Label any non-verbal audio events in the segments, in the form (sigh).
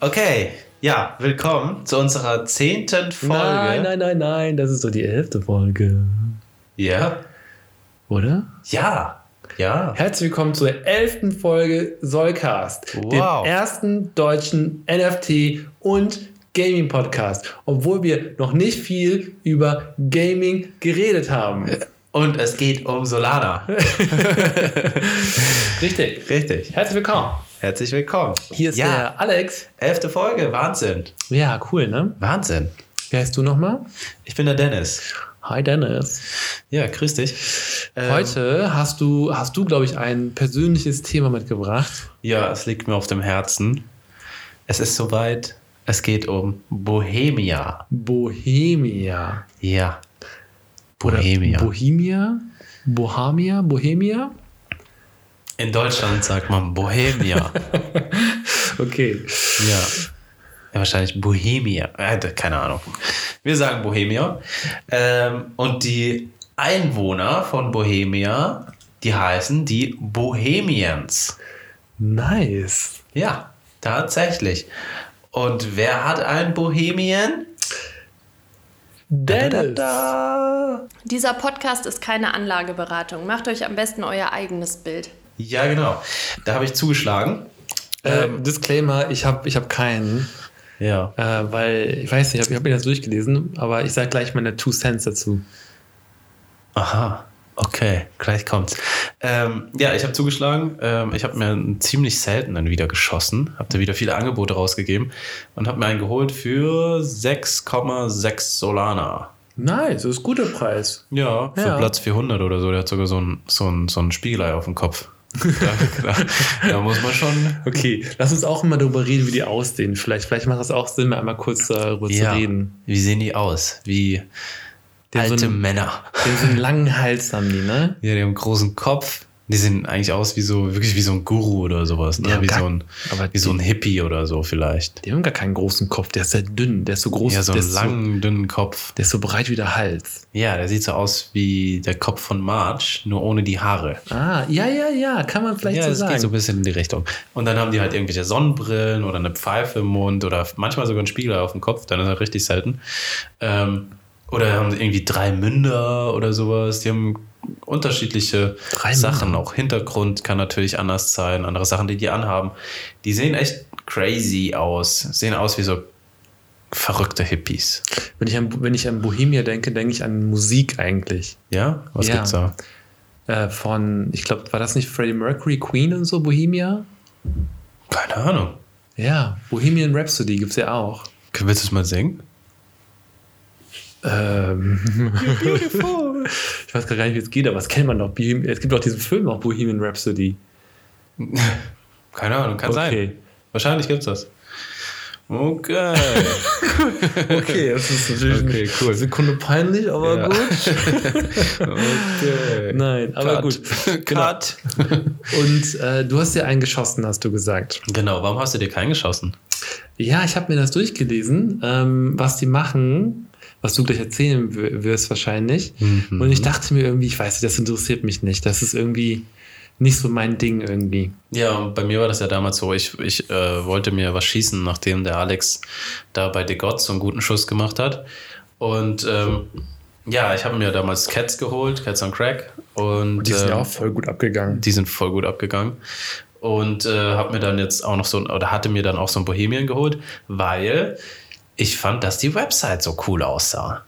Okay, ja, willkommen zu unserer zehnten Folge. Nein, nein, nein, nein, das ist so die elfte Folge, Ja, oder? ja, ja. Herzlich willkommen zur elften Folge Solcast, Wow. dem ersten deutschen NFT und Gaming Podcast, obwohl wir noch nicht viel über Gaming geredet haben. Und es geht (laughs) um Solana. Richtig. Richtig. Herzlich willkommen. Herzlich willkommen. Hier ist ja, der Alex. elfte Folge. Wahnsinn. Ja, cool, ne? Wahnsinn. Wer heißt du nochmal? Ich bin der Dennis. Hi Dennis. Ja, grüß dich. Ähm, Heute hast du, hast du, glaube ich, ein persönliches Thema mitgebracht. Ja, es liegt mir auf dem Herzen. Es ist soweit. Es geht um Bohemia. Bohemia. Ja. Oder Bohemia. Bohemia? Bohamia? Bohemia? In Deutschland sagt man (laughs) Bohemia. Okay. Ja. ja wahrscheinlich Bohemia. Äh, da- Keine Ahnung. Wir sagen Bohemia. Ähm, und die Einwohner von Bohemia, die heißen die Bohemians. Nice. Ja, tatsächlich. Und wer hat einen Bohemian? Dennis. Da. Dieser Podcast ist keine Anlageberatung. Macht euch am besten euer eigenes Bild. Ja, genau. Da habe ich zugeschlagen. Äh, Disclaimer, ich habe ich hab keinen, Ja. äh, weil ich weiß nicht, ich habe hab mir das durchgelesen, aber ich sage gleich meine Two Cents dazu. Aha. Okay, gleich kommt's. Ähm, ja, ich habe zugeschlagen. Ähm, ich habe mir einen ziemlich seltenen wieder geschossen. Habe da wieder viele Angebote rausgegeben und habe mir einen geholt für 6,6 Solana. Nice, das ist guter Preis. Ja, für Ja. Platz 400 oder so. Der hat sogar so ein, so ein, so ein Spiegelei auf dem Kopf. da, da, da muss man schon Okay, lass uns auch mal darüber reden, wie die aussehen. Vielleicht, vielleicht macht das auch Sinn, mal einmal kurz äh, darüber zu reden. Wie sehen die aus? Wie haben alte so einen- Männer. Die haben so einen langen Hals haben die, ne? Ja, die haben einen großen Kopf. Die sehen eigentlich aus wie so, wirklich wie so ein Guru oder sowas. Die Ne? haben Wie, gar- so ein, aber wie so die- ein Hippie oder so vielleicht. Die haben gar keinen großen Kopf, der ist sehr dünn, der ist so groß, ja, so der, einen ist so, langen, dünnen Kopf. der ist so breit wie der Hals. Ja, der sieht so aus wie der Kopf von Marge, nur ohne die Haare. Ah, ja, ja, ja, kann man vielleicht ja, so das sagen. geht so ein bisschen in die Richtung. Und dann haben die halt irgendwelche Sonnenbrillen oder eine Pfeife im Mund oder manchmal sogar einen Spiegel auf dem Kopf, dann ist er richtig selten. Ähm, oder haben sie irgendwie drei Münder oder sowas. Die haben unterschiedliche Drei Sachen. Auch Hintergrund kann natürlich anders sein, andere Sachen, die die anhaben. Die sehen echt crazy aus. Sehen aus wie so verrückte Hippies. Wenn ich, an, wenn ich an Bohemia denke, denke ich an Musik eigentlich. Ja? Was Ja. gibt's da? Äh, von, ich glaube, war das nicht Freddie Mercury, Queen und so, Bohemia? Keine Ahnung. Ja, Bohemian Rhapsody gibt es ja auch. Willst du es mal singen? Ähm. (laughs) ich weiß gar nicht, wie es geht, aber das kennt man doch. Bohem- Es gibt auch diesen Film, auch Bohemian Rhapsody. Keine Ahnung, kann sein. Okay. Wahrscheinlich gibt's das. (laughs) Okay. (laughs) Okay, das ist natürlich Okay, cool. eine Sekunde peinlich, aber Ja. gut. okay. (laughs) Nein, aber (laughs) Cut. (laughs) gut. Genau. Cut. Und äh, du hast dir einen geschossen, hast du gesagt. Genau, warum hast du dir keinen geschossen? Ja, ich habe mir das durchgelesen, ähm, was die machen, was du gleich erzählen w- wirst wahrscheinlich. Mhm. Und ich dachte mir irgendwie, ich weiß nicht, das interessiert mich nicht. Das ist irgendwie nicht so mein Ding irgendwie. Ja, und bei mir war das ja damals so, ich, ich äh, wollte mir was schießen, nachdem der Alex da bei The Gods so einen guten Schuss gemacht hat. Und ähm, ja, ich habe mir damals Cats geholt, Cats on Crack. Und, ähm, voll gut abgegangen. Die sind voll gut abgegangen. Und äh, habe mir dann jetzt auch noch so ein, oder hatte mir dann auch so ein Bohemian geholt, weil ich fand, dass die Website so cool aussah.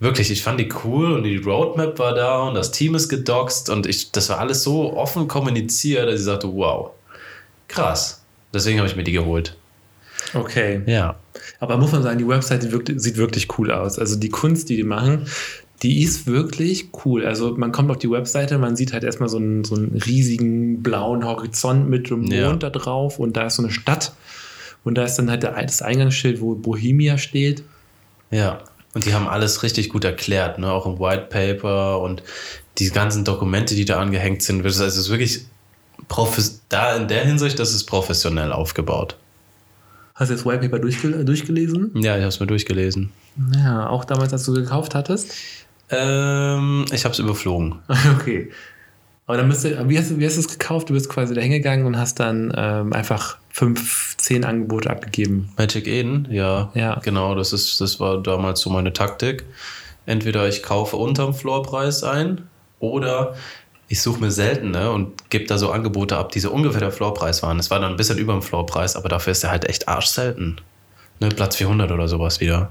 Wirklich, ich fand die cool und die Roadmap war da und das Team ist gedoxt und ich, das war alles so offen kommuniziert, dass ich sagte, wow, krass. Deswegen habe ich mir die geholt. Okay. Ja. Aber muss man sagen, die Webseite wirkt, sieht wirklich cool aus. Also die Kunst, die die machen, die ist wirklich cool. Also man kommt auf die Webseite, man sieht halt erstmal so einen, so einen riesigen blauen Horizont mit dem Mond Ja. da drauf und da ist so eine Stadt und da ist dann halt der- das Eingangsschild, wo Bohemia steht. Ja, und die haben alles richtig gut erklärt, ne? auch im White Paper und die ganzen Dokumente, die da angehängt sind. Das heißt, Es ist wirklich profes da in der Hinsicht, das ist professionell aufgebaut. Hast du das White Paper durchge durchgelesen? Ja, ich habe es mir durchgelesen. Ja, auch damals, als du gekauft hattest. Ähm, ich habe es überflogen. (laughs) Okay. Aber dann müsst ihr, wie hast, du- wie hast du es gekauft? Du bist quasi da hingegangen und hast dann ähm, einfach fünf, zehn Angebote abgegeben. Magic Eden, ja. Ja. Genau, das, ist, das war damals so meine Taktik. Entweder ich kaufe unterm Floorpreis ein oder ich suche mir seltene und gebe da so Angebote ab, die so ungefähr der Floorpreis waren. Es war dann ein bisschen über dem Floorpreis, aber dafür ist er halt echt arschselten. Ne, Platz 400 oder sowas wieder.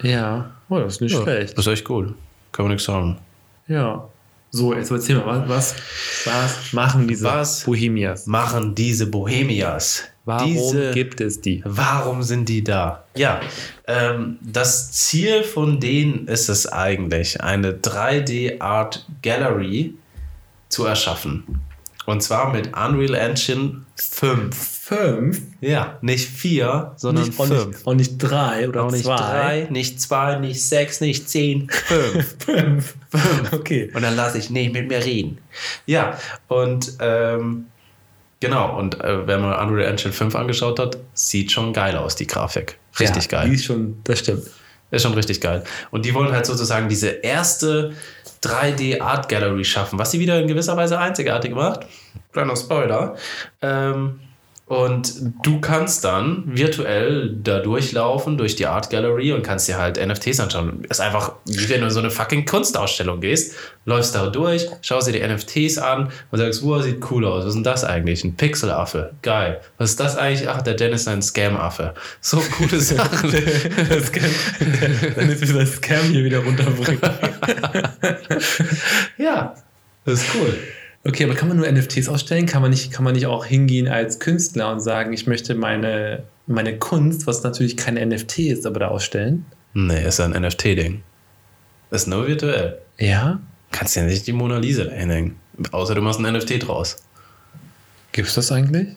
Ja. Oh, das ist nicht Ja, schlecht. Das ist echt cool. Kann man nichts sagen. Ja. So, jetzt erzähl mal, was, was, was machen diese Was? Bohemias? Machen diese Bohemias. Warum diese gibt es die? Warum sind die da? Ja, ähm, das Ziel von denen ist es eigentlich, eine 3D Art Gallery zu erschaffen. Und zwar mit Unreal Engine 5. Fünf, Ja, nicht 4, sondern nicht, auch, 5. nicht, auch nicht drei oder Auch auch nicht zwei. 3, nicht 2, nicht 6, nicht 10, (laughs) 5. Fünf. Fünf. Okay. Und dann lasse ich nicht mit mir reden. Ja, und ähm, genau, und äh, wenn man Unreal Engine 5 angeschaut hat, sieht schon geil aus, die Grafik. Richtig ja, geil. Die ist schon, das stimmt. Ist schon richtig geil. Und die wollen halt sozusagen diese erste 3D Art Gallery schaffen, was sie wieder in gewisser Weise einzigartig macht. Kleiner Spoiler. Ähm, und du kannst dann virtuell da durchlaufen durch die Art Gallery und kannst dir halt NFTs anschauen. Ist einfach, wie wenn du in so eine fucking Kunstausstellung gehst, läufst da durch, schaust dir die NFTs an und sagst, wow, sieht cool aus. Was ist denn das eigentlich? Ein Pixelaffe. Geil. Was ist das eigentlich? Ach, der Dennis ist ein Scam-Affe. So coole (laughs) Sachen. Das kann, dann ist dieser Scam hier wieder runterbringen. Ja, das ist cool. Okay, aber kann man nur NFTs ausstellen? Kann man nicht, kann man nicht auch hingehen als Künstler und sagen, ich möchte meine, meine Kunst, was natürlich kein NFT ist, aber da ausstellen? Nee, ist ein NFT-Ding. Ist nur virtuell. Ja? Kannst ja nicht die Mona Lisa dahinhängen. Außer du machst ein NFT draus. Gibt es das eigentlich?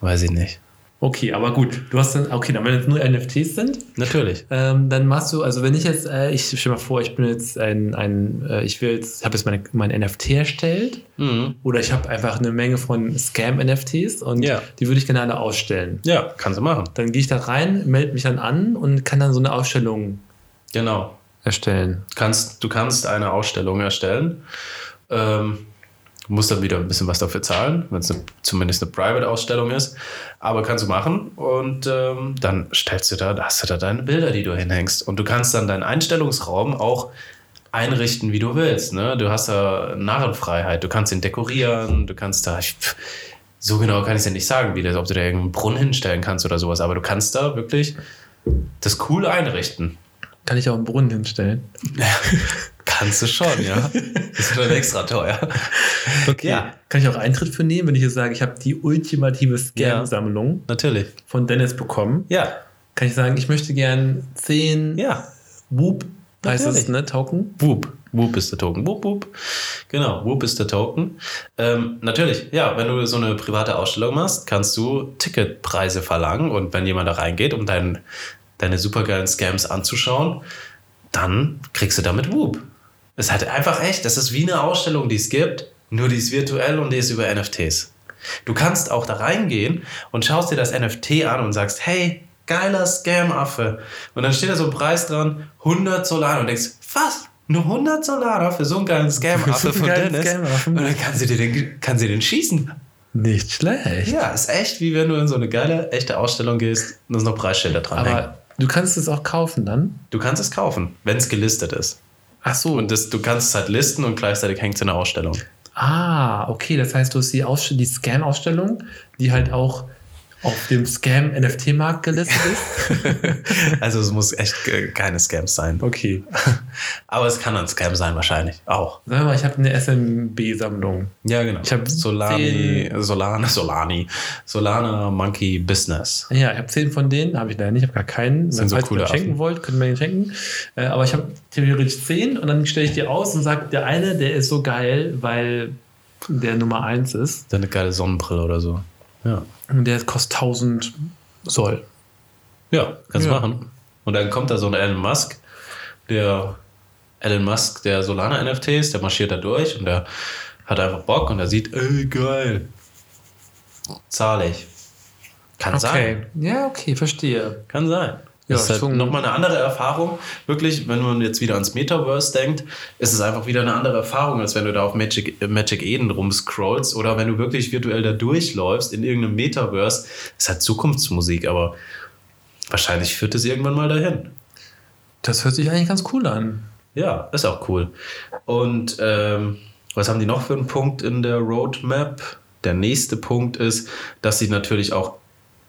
Weiß ich nicht. Okay, aber gut. Du hast dann, okay, dann wenn es nur NFTs sind, Natürlich. ähm, dann machst du, also wenn ich jetzt, äh, ich stell mal vor, ich bin jetzt ein, ein äh, ich will jetzt, habe jetzt meine, mein NFT erstellt Mhm. oder ich habe einfach eine Menge von Scam-NFTs und Ja. die würde ich gerne alle ausstellen. Ja, kannst du machen. Dann gehe ich da rein, melde mich dann an und kann dann so eine Ausstellung Genau. erstellen. Kannst, du kannst eine Ausstellung erstellen. Ähm, du musst dann wieder ein bisschen was dafür zahlen, wenn es eine, zumindest eine Private-Ausstellung ist. Aber kannst du machen. Und ähm, dann stellst du da, da hast du da deine Bilder, die du hinhängst. Und du kannst dann deinen Einstellungsraum auch einrichten, wie du willst. Ne? Du hast da Narrenfreiheit. Du kannst ihn dekorieren, du kannst da. Ich, pff, so genau kann ich es ja nicht sagen, wie das, ob du da irgendeinen Brunnen hinstellen kannst oder sowas, aber du kannst da wirklich das cool einrichten. Kann ich auch einen Brunnen hinstellen? Kannst du schon, ja. (laughs) Ist dann extra teuer. Okay. Ja. Kann ich auch Eintritt für nehmen, wenn ich jetzt sage, ich habe die ultimative Scam-Sammlung Natürlich. von Dennis bekommen? Ja, Kann ich sagen, ich möchte gern 10 ja. Whoop, heißt Natürlich. es, ne, Token? Whoop. Whoop ist der Token. Whoop, whoop. Genau, Whoop ist der Token. Ähm, natürlich, ja, wenn du so eine private Ausstellung machst, kannst du Ticketpreise verlangen und wenn jemand da reingeht, um dein, deine supergeilen Scams anzuschauen, dann kriegst du damit Whoop. Es ist halt einfach echt, das ist wie eine Ausstellung, die es gibt, nur die ist virtuell und die ist über NFTs. Du kannst auch da reingehen und schaust dir das NFT an und sagst, hey, geiler Scam-Affe. Und dann steht da so ein Preis dran, 100 Solana. Und denkst, was? Nur 100 Solana für so einen geilen Für so Scam-Affe einen von geilen Dennis? Scam-Affen. Und dann kann sie, dir den, kann sie den schießen. Nicht schlecht. Ja, ist echt, wie wenn du in so eine geile, echte Ausstellung gehst und es noch Preisschilder dran hängen. Aber du kannst es auch kaufen dann? Du kannst es kaufen, wenn es gelistet ist. Ach so. Und das, du kannst es halt listen und gleichzeitig hängt es in der Ausstellung. ah, okay, das heißt, du hast die, Ausst- die Scam-Ausstellung, die halt auch auf dem Scam-NFT-Markt gelistet (laughs) ist. Also es muss echt äh, keine Scams sein. Okay. Aber es kann ein Scam sein wahrscheinlich. Auch. Sagen wir mal, ich habe eine SMB-Sammlung. Ja, genau. Ich hab Solani, Solana, Solani, Solana Monkey Business. Ja, ich habe zehn von denen, habe ich leider nicht, ich habe gar keinen. Sind so Falls ihr coole mir Affen. schenken wollt, könnt ihr mir den schenken. Äh, aber ich habe theoretisch zehn und dann stelle ich die aus und sage, der eine, der ist so geil, weil der Nummer eins ist Dann eine geile Sonnenbrille oder so. Ja. und der kostet 1000 Soll. Ja, kannst Ja. machen. Und dann kommt da so ein Elon Musk, der Elon Musk, der Solana NFT ist, der marschiert da durch und der hat einfach Bock und der sieht, ey, geil. Zahle ich. Kann sein. Ja, okay, verstehe. Kann sein. Das ist ich halt fung- nochmal eine andere Erfahrung. Wirklich, wenn man jetzt wieder ans Metaverse denkt, ist es einfach wieder eine andere Erfahrung, als wenn du da auf Magic, äh, Magic Eden rumscrollst oder wenn du wirklich virtuell da durchläufst in irgendeinem Metaverse. Ist halt Zukunftsmusik, aber wahrscheinlich führt es irgendwann mal dahin. Das hört sich eigentlich ganz cool an. Ja, ist auch cool. Und ähm, was haben die noch für einen Punkt in der Roadmap? Der nächste Punkt ist, dass sie natürlich auch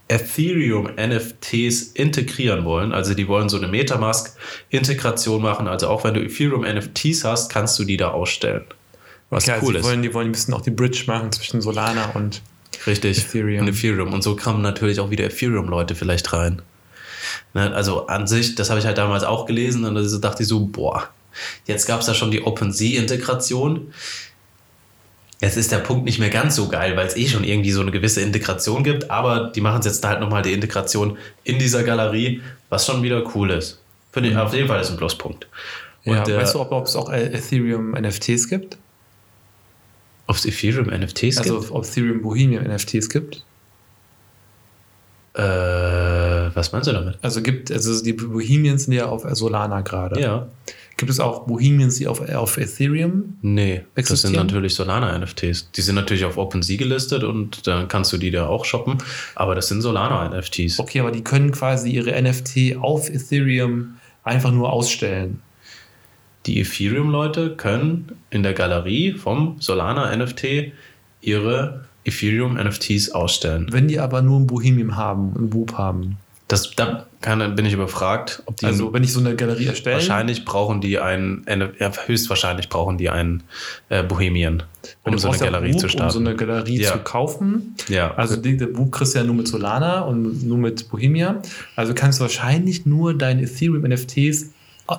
Ethereum NFTs integrieren wollen. Also die wollen so eine Metamask-Integration machen. Also auch wenn du Ethereum NFTs hast, kannst du die da ausstellen. Was Klar, cool die, ist. wollen, die wollen ein bisschen auch die Bridge machen zwischen Solana und. Richtig. Ethereum. Und Ethereum. Und so kamen natürlich auch wieder Ethereum-Leute vielleicht rein. Ne? Also an sich, das habe ich halt damals auch gelesen und da dachte ich so, boah, jetzt gab es da schon die OpenSea-Integration. Jetzt ist der Punkt nicht mehr ganz so geil, weil es eh schon irgendwie so eine gewisse Integration gibt, aber die machen jetzt da halt nochmal die Integration in dieser Galerie, was schon wieder cool ist. Finde ich auf jeden Fall ist ein Pluspunkt. Und Mhm. ja, äh, weißt du, ob ob es auch äh, Ethereum NFTs gibt? ob es Ethereum NFTs also gibt? ob Ethereum Bohemian NFTs gibt? Äh, was meinst du damit? Also gibt, also die Bohemians sind ja auf Solana gerade. Ja. Gibt es auch Bohemians, die auf, auf Ethereum? Nee, das sind Existieren? natürlich Solana-NFTs. Die sind natürlich auf OpenSea gelistet und dann kannst du die da auch shoppen. Aber das sind Solana-NFTs. Okay, aber die können quasi ihre NFT auf Ethereum einfach nur ausstellen. Die Ethereum-Leute können in der Galerie vom Solana-NFT ihre Ethereum-NFTs ausstellen. Wenn die aber nur ein Bohemian haben, ein Boop haben. Das, da kann, bin ich überfragt, ob die. Also wenn ich so eine Galerie erstelle, wahrscheinlich brauchen die einen, ja, höchstwahrscheinlich brauchen die einen äh, Bohemian, wenn um du so eine brauchst ja Galerie Boop, zu um starten. so eine Galerie Ja. zu kaufen, ja. Also den- der Buch kriegst du ja nur mit Solana und nur mit Bohemia. Also kannst du wahrscheinlich nur deine Ethereum NFTs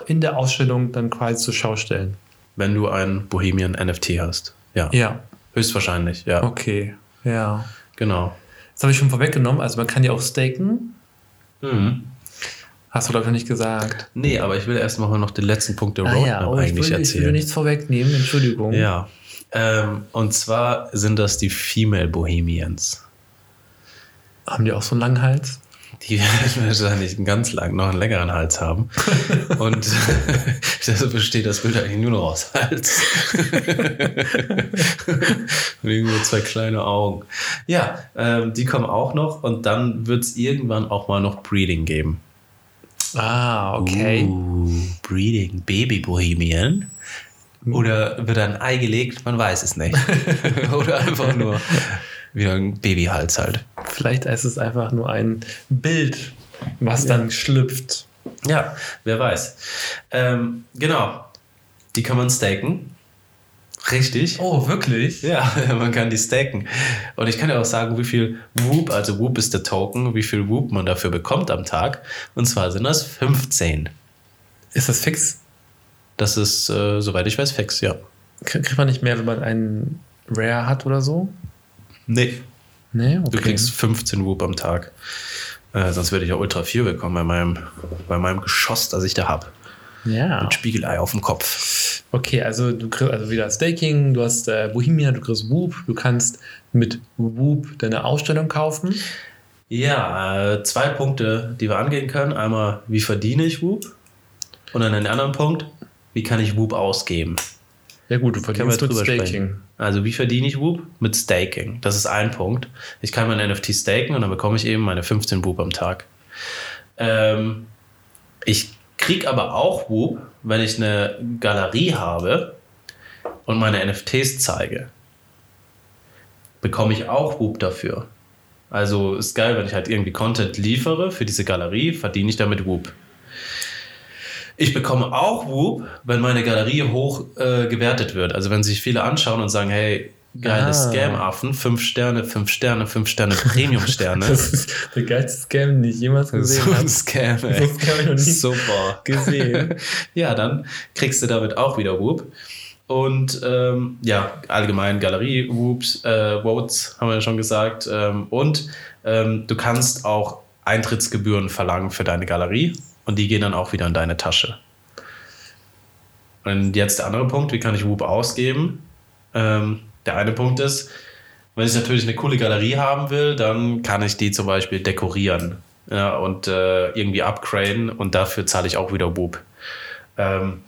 in der Ausstellung dann quasi zur Schau stellen. wenn du einen Bohemian-NFT hast. Ja. Ja, höchstwahrscheinlich, ja. okay. Ja. Genau. Das habe ich schon vorweggenommen. Also man kann ja auch staken. Mhm. Hast du, glaube ich, noch nicht gesagt. Nee, aber ich will erst mal noch den letzten Punkt der Ah Roadmap ja, aber ich eigentlich will, ich will dir erzählen. nichts vorwegnehmen, Entschuldigung. ja. Ähm, und zwar sind das die Female Bohemians. Haben die auch so einen langen Hals? Die (laughs) werden wahrscheinlich einen ganz lang, noch einen längeren Hals (laughs) haben. Und (laughs) das besteht das Bild eigentlich nur noch aus Hals. Und irgendwo zwei kleine Augen. Ja, ähm, die kommen auch noch und dann wird es irgendwann auch mal noch Breeding geben. Ah, okay. Uh, Breeding, Baby Bohemian. Oder wird ein Ei gelegt, man weiß es nicht. (laughs) Oder einfach nur wieder ein Babyhals halt. Vielleicht ist es einfach nur ein Bild, was dann schlüpft. Ja, wer weiß. Ähm, genau, die kann man staken. Richtig. Oh, wirklich? Ja, (laughs) man kann die staken. Und ich kann ja auch sagen, wie viel Whoop, also Whoop ist der Token, wie viel Whoop man dafür bekommt am Tag. Und zwar sind das 15. Ist das fix? Das ist, äh, soweit ich weiß, fix, ja. Krie- Kriegt man nicht mehr, wenn man einen Rare hat oder so? Nee, Nee, okay. Du kriegst 15 Whoop am Tag. Äh, sonst würde ich ja Ultra 4 bekommen bei meinem, bei meinem Geschoss, das ich da habe. Ja. Mit Spiegelei auf dem Kopf. Okay, also du kriegst also wieder Staking, du hast äh, Bohemia, du kriegst Whoop, du kannst mit Whoop deine Ausstellung kaufen. Ja, äh, zwei Punkte, die wir angehen können. Einmal, wie verdiene ich Whoop? Und dann den anderen Punkt, wie kann ich Whoop ausgeben? Ja, gut, du Können wir verdienst mit drüber Staking. sprechen. Also, wie verdiene ich Whoop? Mit Staking. Das ist ein Punkt. Ich kann mein NFT staken und dann bekomme ich eben meine 15 Whoop am Tag. Ähm, ich kriege aber auch Whoop, wenn ich eine Galerie habe und meine NFTs zeige. Bekomme ich auch Whoop dafür. Also ist geil, wenn ich halt irgendwie Content liefere für diese Galerie, verdiene ich damit Whoop. Ich bekomme auch Whoop, wenn meine Galerie hoch äh, gewertet wird. Also wenn sich viele anschauen und sagen, hey, geile Ah. Scam-Affen, 5 Sterne, 5 Sterne, 5 Sterne, Premium-Sterne. (laughs) Das ist der geilste Scam, den ich jemals gesehen ne? So habe. ein Scam, ey. So ein Scam hab ich noch nie Super. (laughs) gesehen. (laughs) ja, dann kriegst du damit auch wieder Whoop. Und ähm, ja, allgemein Galerie, Whoops, äh, Votes, haben wir ja schon gesagt. Ähm, und ähm, du kannst auch Eintrittsgebühren verlangen für deine Galerie und die gehen dann auch wieder in deine Tasche. Und jetzt der andere Punkt, wie kann ich Whoop ausgeben? Ähm, der eine Punkt ist, wenn ich natürlich eine coole Galerie haben will, dann kann ich die zum Beispiel dekorieren. ja, und äh, irgendwie upgraden und dafür zahle ich auch wieder Whoop. Ähm,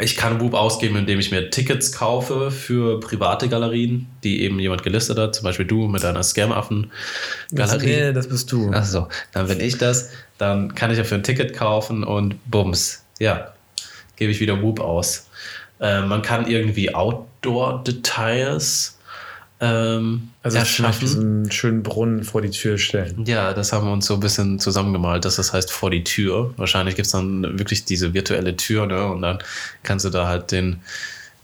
ich kann Whoop ausgeben, indem ich mir Tickets kaufe für private Galerien, die eben jemand gelistet hat, zum Beispiel du mit deiner Das, Scam-Affen-Galerie. nee, das bist du. Ach so, dann bin ich das. Dann kann ich dafür ein Ticket kaufen und bums. Ja, gebe ich wieder Whoop aus. Äh, man kann irgendwie Outdoor-Details ähm, Also zum Beispiel so erschaffen. einen schönen Brunnen vor die Tür stellen. Ja, das haben wir uns so ein bisschen zusammengemalt, dass das heißt vor die Tür. Wahrscheinlich gibt es dann wirklich diese virtuelle Tür, ne? Und dann kannst du da halt den,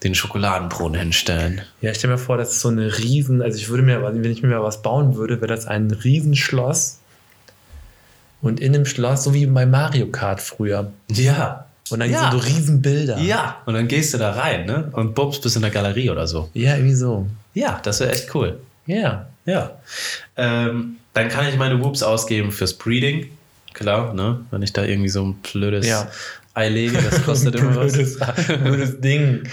den Schokoladenbrunnen hinstellen. Ja, ich stell mir vor, das ist so eine riesen, also ich würde mir, wenn ich mir was bauen würde, wäre das ein Riesenschloss. Und in dem Schloss, so wie bei Mario Kart früher. Ja. Und dann Ja. so Riesenbilder. Ja. Und dann gehst du da rein, ne? Und bums, bist in der Galerie oder so. Ja, irgendwie so. Ja, das wäre echt cool. Ja. Ja. Ähm, dann kann ich meine Whoops ausgeben fürs Breeding. Klar, ne? Wenn ich da irgendwie so ein blödes Ja. Ei lege, das (laughs) kostet immer was. blödes, blödes Ding.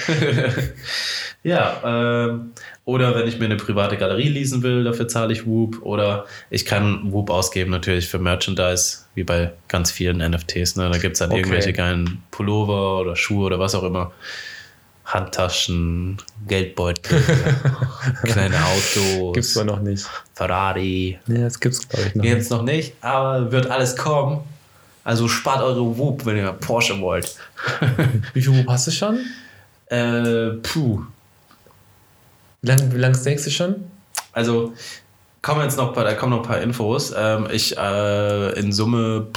Ja, ähm, oder wenn ich mir eine private Galerie leasen will, dafür zahle ich Whoop. Oder ich kann Whoop ausgeben natürlich für Merchandise, wie bei ganz vielen NFTs. Ne? Da gibt es dann Okay. irgendwelche geilen Pullover oder Schuhe oder was auch immer. Handtaschen, (laughs) Geldbeutel, kleine Autos, Gibt's aber noch nicht. Ferrari. Nee, das gibt's, glaube ich, noch Jetzt noch nicht, aber wird alles kommen. Also spart eure Whoop, wenn ihr Porsche wollt. nicht. Wie viel Whoop hast du schon? Äh, puh. Wie lang- wie lang stakes du schon? Also kommen jetzt noch, da kommen noch ein paar Infos. Ähm, ich äh, in Summe,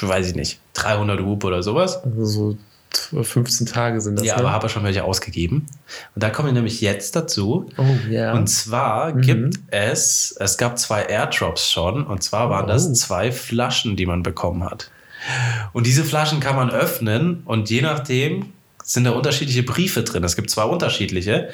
weiß ich nicht, 300 Whoop oder sowas. Also so 15 Tage sind das. ja, ne? aber habe ja schon welche ausgegeben. Und da kommen wir nämlich jetzt dazu. Oh, ja. Und zwar gibt Mhm. es, es gab zwei Airdrops schon, und zwar waren das Oh. zwei Flaschen, die man bekommen hat. Und diese Flaschen kann man öffnen und je nachdem sind da unterschiedliche Briefe drin. Es gibt zwei unterschiedliche.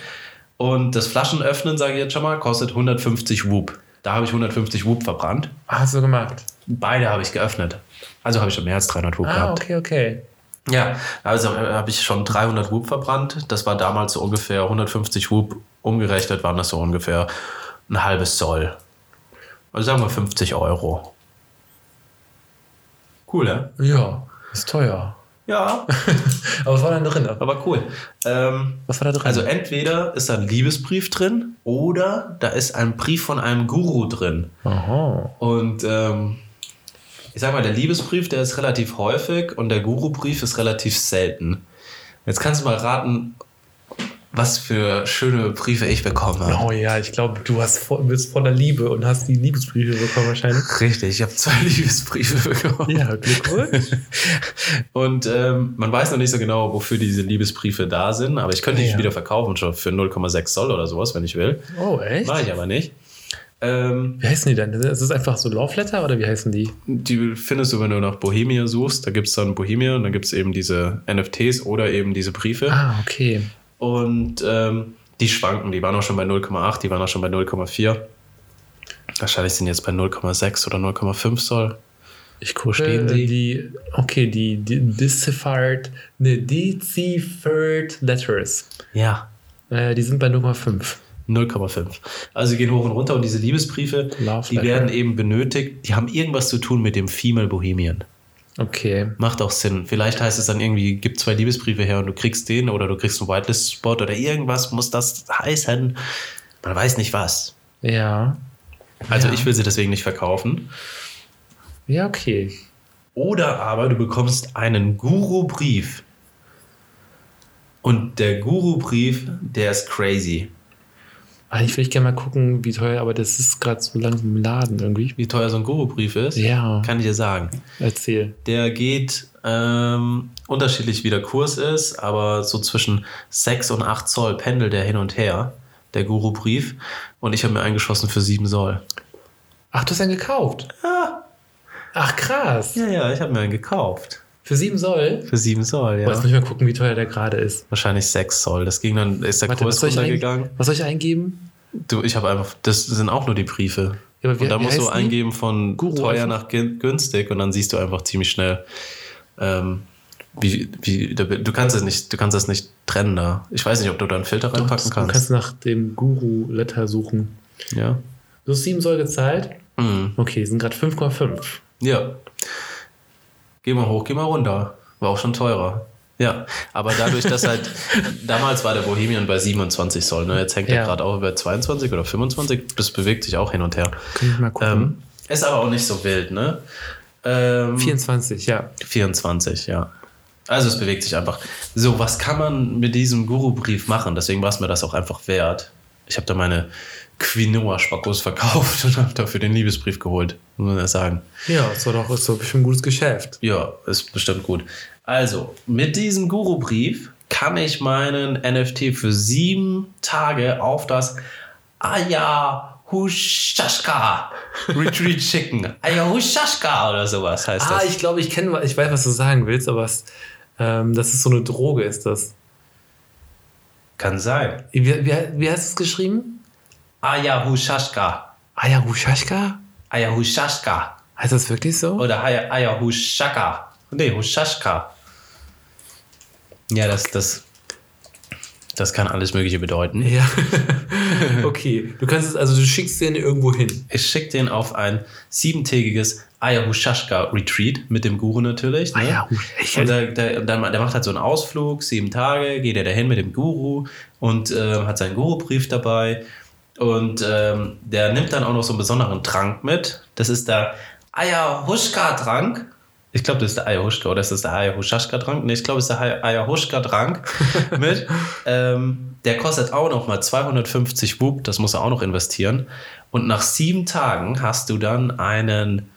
Und das Flaschenöffnen, sage ich jetzt schon mal, kostet 150 Whoop. Da habe ich 150 Whoop verbrannt. Ah, Hast du gemacht? Beide habe ich geöffnet. Also habe ich schon mehr als 300 Whoop Ah, gehabt. okay, okay. Ja, also äh, habe ich schon 300 Whoop verbrannt. Das war damals so ungefähr 150 Whoop. Umgerechnet waren das so ungefähr ein halbes Zoll. Also sagen wir 50 Euro. Cool, ne? Oh, Ja, ist teuer. Ja, Aber was war dann drin? aber cool. Ähm, Was war da drin? also entweder ist da ein Liebesbrief drin oder da ist ein Brief von einem Guru drin. Aha. Und ähm, ich sag mal, der Liebesbrief, der ist relativ häufig und der Guru-Brief ist relativ selten. Jetzt kannst du mal raten, was für schöne Briefe ich bekomme. Oh ja, ich glaube, du hast vo bist voller Liebe und hast die Liebesbriefe bekommen wahrscheinlich. Richtig, ich habe zwei (laughs) Liebesbriefe bekommen. Ja, Glückwunsch. Und ähm, man weiß noch nicht so genau, wofür diese Liebesbriefe da sind, aber ich könnte die Ja. wieder verkaufen, schon für 0,6 Soll oder sowas, wenn ich will. Oh, echt? Mache ich aber nicht. Ähm, Wie heißen die denn? Ist das einfach so Love Letter oder wie heißen die? die findest du, wenn du nach Bohemia suchst. Da gibt es dann Bohemia und dann gibt es eben diese NFTs oder eben diese Briefe. Ah, okay. Und ähm, die schwanken. Die waren auch schon bei 0,8, die waren auch schon bei 0,4. Wahrscheinlich sind jetzt bei 0,6 oder 0,5 Soll. Ich Stehen kuschel sie? die, Äh, die okay, die, die deciphered, ne, deciphered letters. Ja. Äh, die sind bei 0,5. 0,5. Also die gehen hoch und runter und diese Liebesbriefe, Love die letter. werden eben benötigt. Die haben irgendwas zu tun mit dem Female Bohemian. Okay. Macht auch Sinn. Vielleicht heißt es dann irgendwie, gib zwei Liebesbriefe her und du kriegst den oder du kriegst einen Whitelist-Spot oder irgendwas muss das heißen. Man weiß nicht was. Ja. Also Ja. ich will sie deswegen nicht verkaufen. Ja, okay. Oder aber du bekommst einen Guru-Brief. Und der Guru-Brief, der ist crazy. Eigentlich würde Ah, ich gerne mal gucken, wie teuer, aber das ist gerade so langsam im Laden irgendwie. Wie teuer so ein Guru-Brief ist, Ja, kann ich dir sagen. erzähl. Der geht ähm, unterschiedlich, wie der Kurs ist, aber so zwischen 6 und 8 Zoll pendelt der hin und her, der Guru-Brief. Und ich habe mir eingeschossen für 7 Soll. Ach, du hast einen gekauft? Ja. Ah. Ach, krass. Ja, ja, ich habe mir einen gekauft. Für 7 Soll? Für 7 Soll, Oh, jetzt ja. muss ich mal gucken, wie teuer der gerade ist. Wahrscheinlich 6 Zoll. Das ging dann, ist der Kurs soll ich runtergegangen. ein- was soll ich eingeben? Du, ich habe einfach, das sind auch nur die Briefe. Ja, aber wie- und da wie musst du heißen die? eingeben von Guru teuer einfach? nach gü- günstig und dann siehst du einfach ziemlich schnell, ähm, wie, wie, da- du kannst es nicht, du kannst es nicht trennen da. Ich weiß nicht, ob du da einen Filter reinpacken Du kannst. kannst nach dem Guru-Letter suchen. Ja. Du hast 7 Soll gezahlt Okay, sind gerade 5,5. Mhm. Ja. Geh mal hoch, geh mal runter. War auch schon teurer. Ja, aber dadurch, dass halt damals war der Bohemian bei 27 Soll, ne? jetzt hängt Ja. er gerade auch bei 22 oder 25, das bewegt sich auch hin und her. Kann ich mal gucken. Ähm, ist aber auch nicht so wild, ne? Ähm, 24, ja. 24, ja. Also es bewegt sich einfach. So, was kann man mit diesem Guru-Brief machen? Deswegen war es mir das auch einfach wert. Ich habe da meine Quinoa-Spackos verkauft (laughs) und habe dafür den Liebesbrief geholt, muss man ja sagen. Ja, ist doch, ist doch bestimmt ein gutes Geschäft. Ja, ist bestimmt gut. Also, mit diesem Guru-Brief kann ich meinen NFT für sieben Tage auf das Ayahuasca Retreat schicken. Ayahuasca oder sowas heißt das. Ah, ich glaube, ich kenne, ich weiß, was du sagen willst, aber es, ähm, das ist so eine Droge, ist das. Kann sein. Wie, wie, wie heißt es geschrieben? Ayahuasca. Ayahuasca? Ayahuasca. Heißt das wirklich so? Oder Aya- Ayahuasca. Nee, Hushashka. Ja, das, das, das kann alles Mögliche bedeuten. Ja. (laughs) okay, du kannst es, also du schickst den irgendwo hin. Ich schicke den auf ein siebentägiges Ayahuasca-Retreat mit dem Guru natürlich. ne? Ayahuasca. Und der, der, der, der macht halt so einen Ausflug, sieben Tage, geht er dahin mit dem Guru und ähm, hat seinen Guru-Brief dabei. Und ähm, der nimmt dann auch noch so einen besonderen Trank mit. Das ist der Ayahuasca-Trank. Ich glaube, das ist der Ayahuasca oder ist das der Ayahuasca-Trank? Ne, ich glaube, es ist der Ay- Ayahuasca-Trank mit. Ähm, der kostet auch noch mal 250 Wub, das muss er auch noch investieren. Und nach sieben Tagen hast du dann einen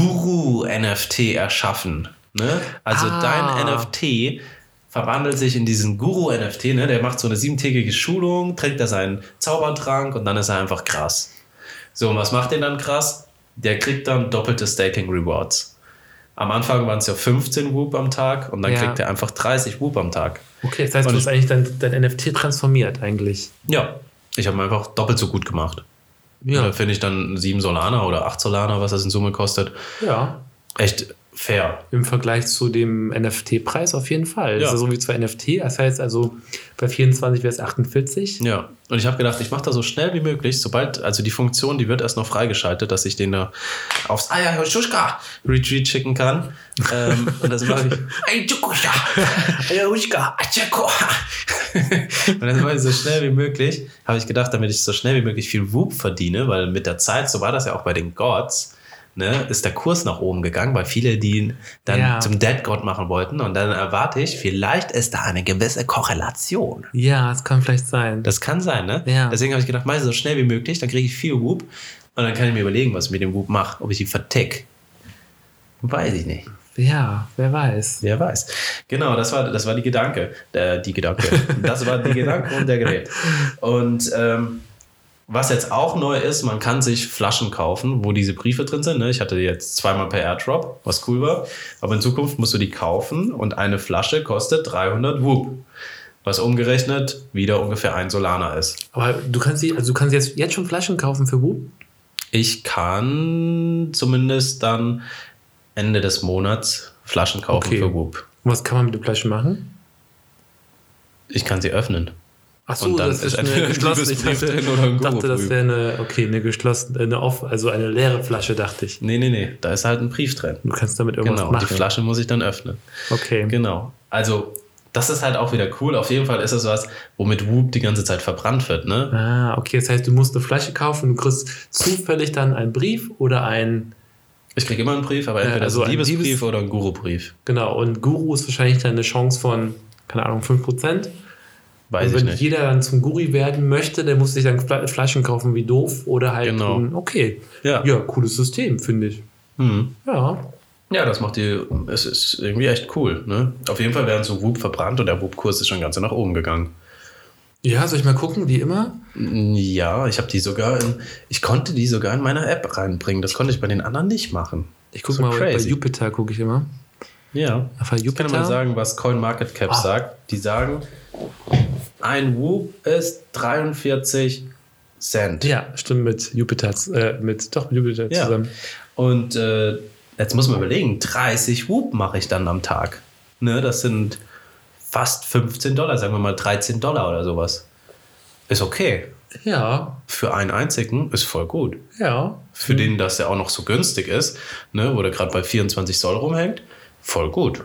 Guru-NFT erschaffen. Ne? Also Ah. dein NFT verwandelt sich in diesen Guru-NFT. Ne? Der macht so eine siebentägige Schulung, trägt da seinen Zaubertrank und dann ist er einfach krass. So, und was macht den dann krass? Der kriegt dann doppelte Staking-Rewards. Am Anfang waren es ja 15 Whoop am Tag und dann Ja. kriegt er einfach 30 Whoop am Tag. Okay, das heißt, du Und- hast eigentlich dein, dein NFT transformiert, eigentlich. Ja, ich habe einfach doppelt so gut gemacht. Da finde ich dann 7 Solana oder 8 Solana, was das in Summe kostet, Ja. echt fair. Im Vergleich zu dem NFT-Preis auf jeden Fall. Das Ja. ist so wie zwei NFT. Das heißt also, bei 24 wäre es 48. Ja, und ich habe gedacht, ich mache da so schnell wie möglich, sobald, also die Funktion, die wird erst noch freigeschaltet, dass ich den da aufs Ayahuasca Retreat schicken kann. ähm, und das mache ich. Ayahuasca, Ayahuasca, Achako. Und das mache ich so schnell wie möglich. Habe ich gedacht, damit ich so schnell wie möglich viel Whoop verdiene, weil mit der Zeit, so war das ja auch bei den Gods, ne, ist der Kurs nach oben gegangen, weil viele die dann Ja. zum Dead God machen wollten. Und dann erwarte ich, vielleicht ist da eine gewisse Korrelation. Ja, es kann vielleicht sein. Das kann sein, ne? Ja. Deswegen habe ich gedacht, mach ich so schnell wie möglich, dann kriege ich viel Whoop und dann kann ich mir überlegen, was ich mit dem Whoop mache, ob ich ihn vertick. Weiß ich nicht. ja, wer weiß. Wer weiß. Genau, das war, das war die Gedanke. Äh, die Gedanke. Das war die Gedanke und der Gerät. Und ähm, was jetzt auch neu ist, man kann sich Flaschen kaufen, wo diese Briefe drin sind. Ne? Ich hatte die jetzt zweimal per Airdrop, was cool war. Aber in Zukunft musst du die kaufen und eine Flasche kostet 300 Whoop. Was umgerechnet wieder ungefähr ein Solana ist. Aber du kannst, die, also du kannst jetzt, jetzt schon Flaschen kaufen für Whoop? Ich kann zumindest dann Ende des Monats Flaschen kaufen Okay. für Whoop. Und was kann man mit den Flaschen machen? Ich kann sie öffnen. Ach Und dann ist (laughs) ein Ich Liebesbrief dachte, drin oder ein dachte das Guru-Brief. wäre eine, okay, eine geschlossene, eine off, also eine leere Flasche, dachte ich. Nee, nee, nee, da ist halt ein Brief drin. Du kannst damit irgendwas Genau, und machen. die Flasche muss ich dann öffnen. Okay. Genau. Also, das ist halt auch wieder cool. Auf jeden Fall ist es was, womit Whoop die ganze Zeit verbrannt wird, ne? Ah, okay, das heißt, du musst eine Flasche kaufen und du kriegst zufällig dann einen Brief oder ein, Ich kriege immer einen Brief, aber entweder also also ein ein Liebesbrief Liebes- oder ein Guru-Brief. genau, und Guru ist wahrscheinlich dann eine Chance von, keine Ahnung, 5%. Weiß und ich Also wenn nicht. jeder dann zum Guri werden möchte, der muss sich dann Fla- Flaschen kaufen wie doof oder halt, Genau. ein- okay, Ja. ja, cooles System, finde ich. Hm. Ja, Ja, das macht die. Es ist irgendwie echt cool, ne? Auf jeden Fall werden so Whoop verbrannt und der Whoop-Kurs ist schon ganz nach oben gegangen. ja, soll ich mal gucken, wie immer? Ja, ich habe die sogar in, ich konnte die sogar in meiner App reinbringen. Das konnte ich bei den anderen nicht machen. Ich gucke So mal, bei crazy. Jupiter gucke ich immer. Ja. Auf Ich Jupiter. kann dir mal sagen, was CoinMarketCap Ah. sagt. Die sagen, ein Whoop ist 43 Cent. Ja, stimmt, mit Jupiter, z- äh, mit, doch, mit Jupiter Ja. zusammen. Und äh, jetzt muss man überlegen, 30 Whoop mache ich dann am Tag. Ne, das sind fast 15 Dollar, sagen wir mal 13 Dollar oder sowas. Ist okay. Ja, Für einen einzigen ist voll gut. ja. Für den, dass der auch noch so günstig ist, ne, wo der gerade bei 24 Zoll rumhängt, voll gut.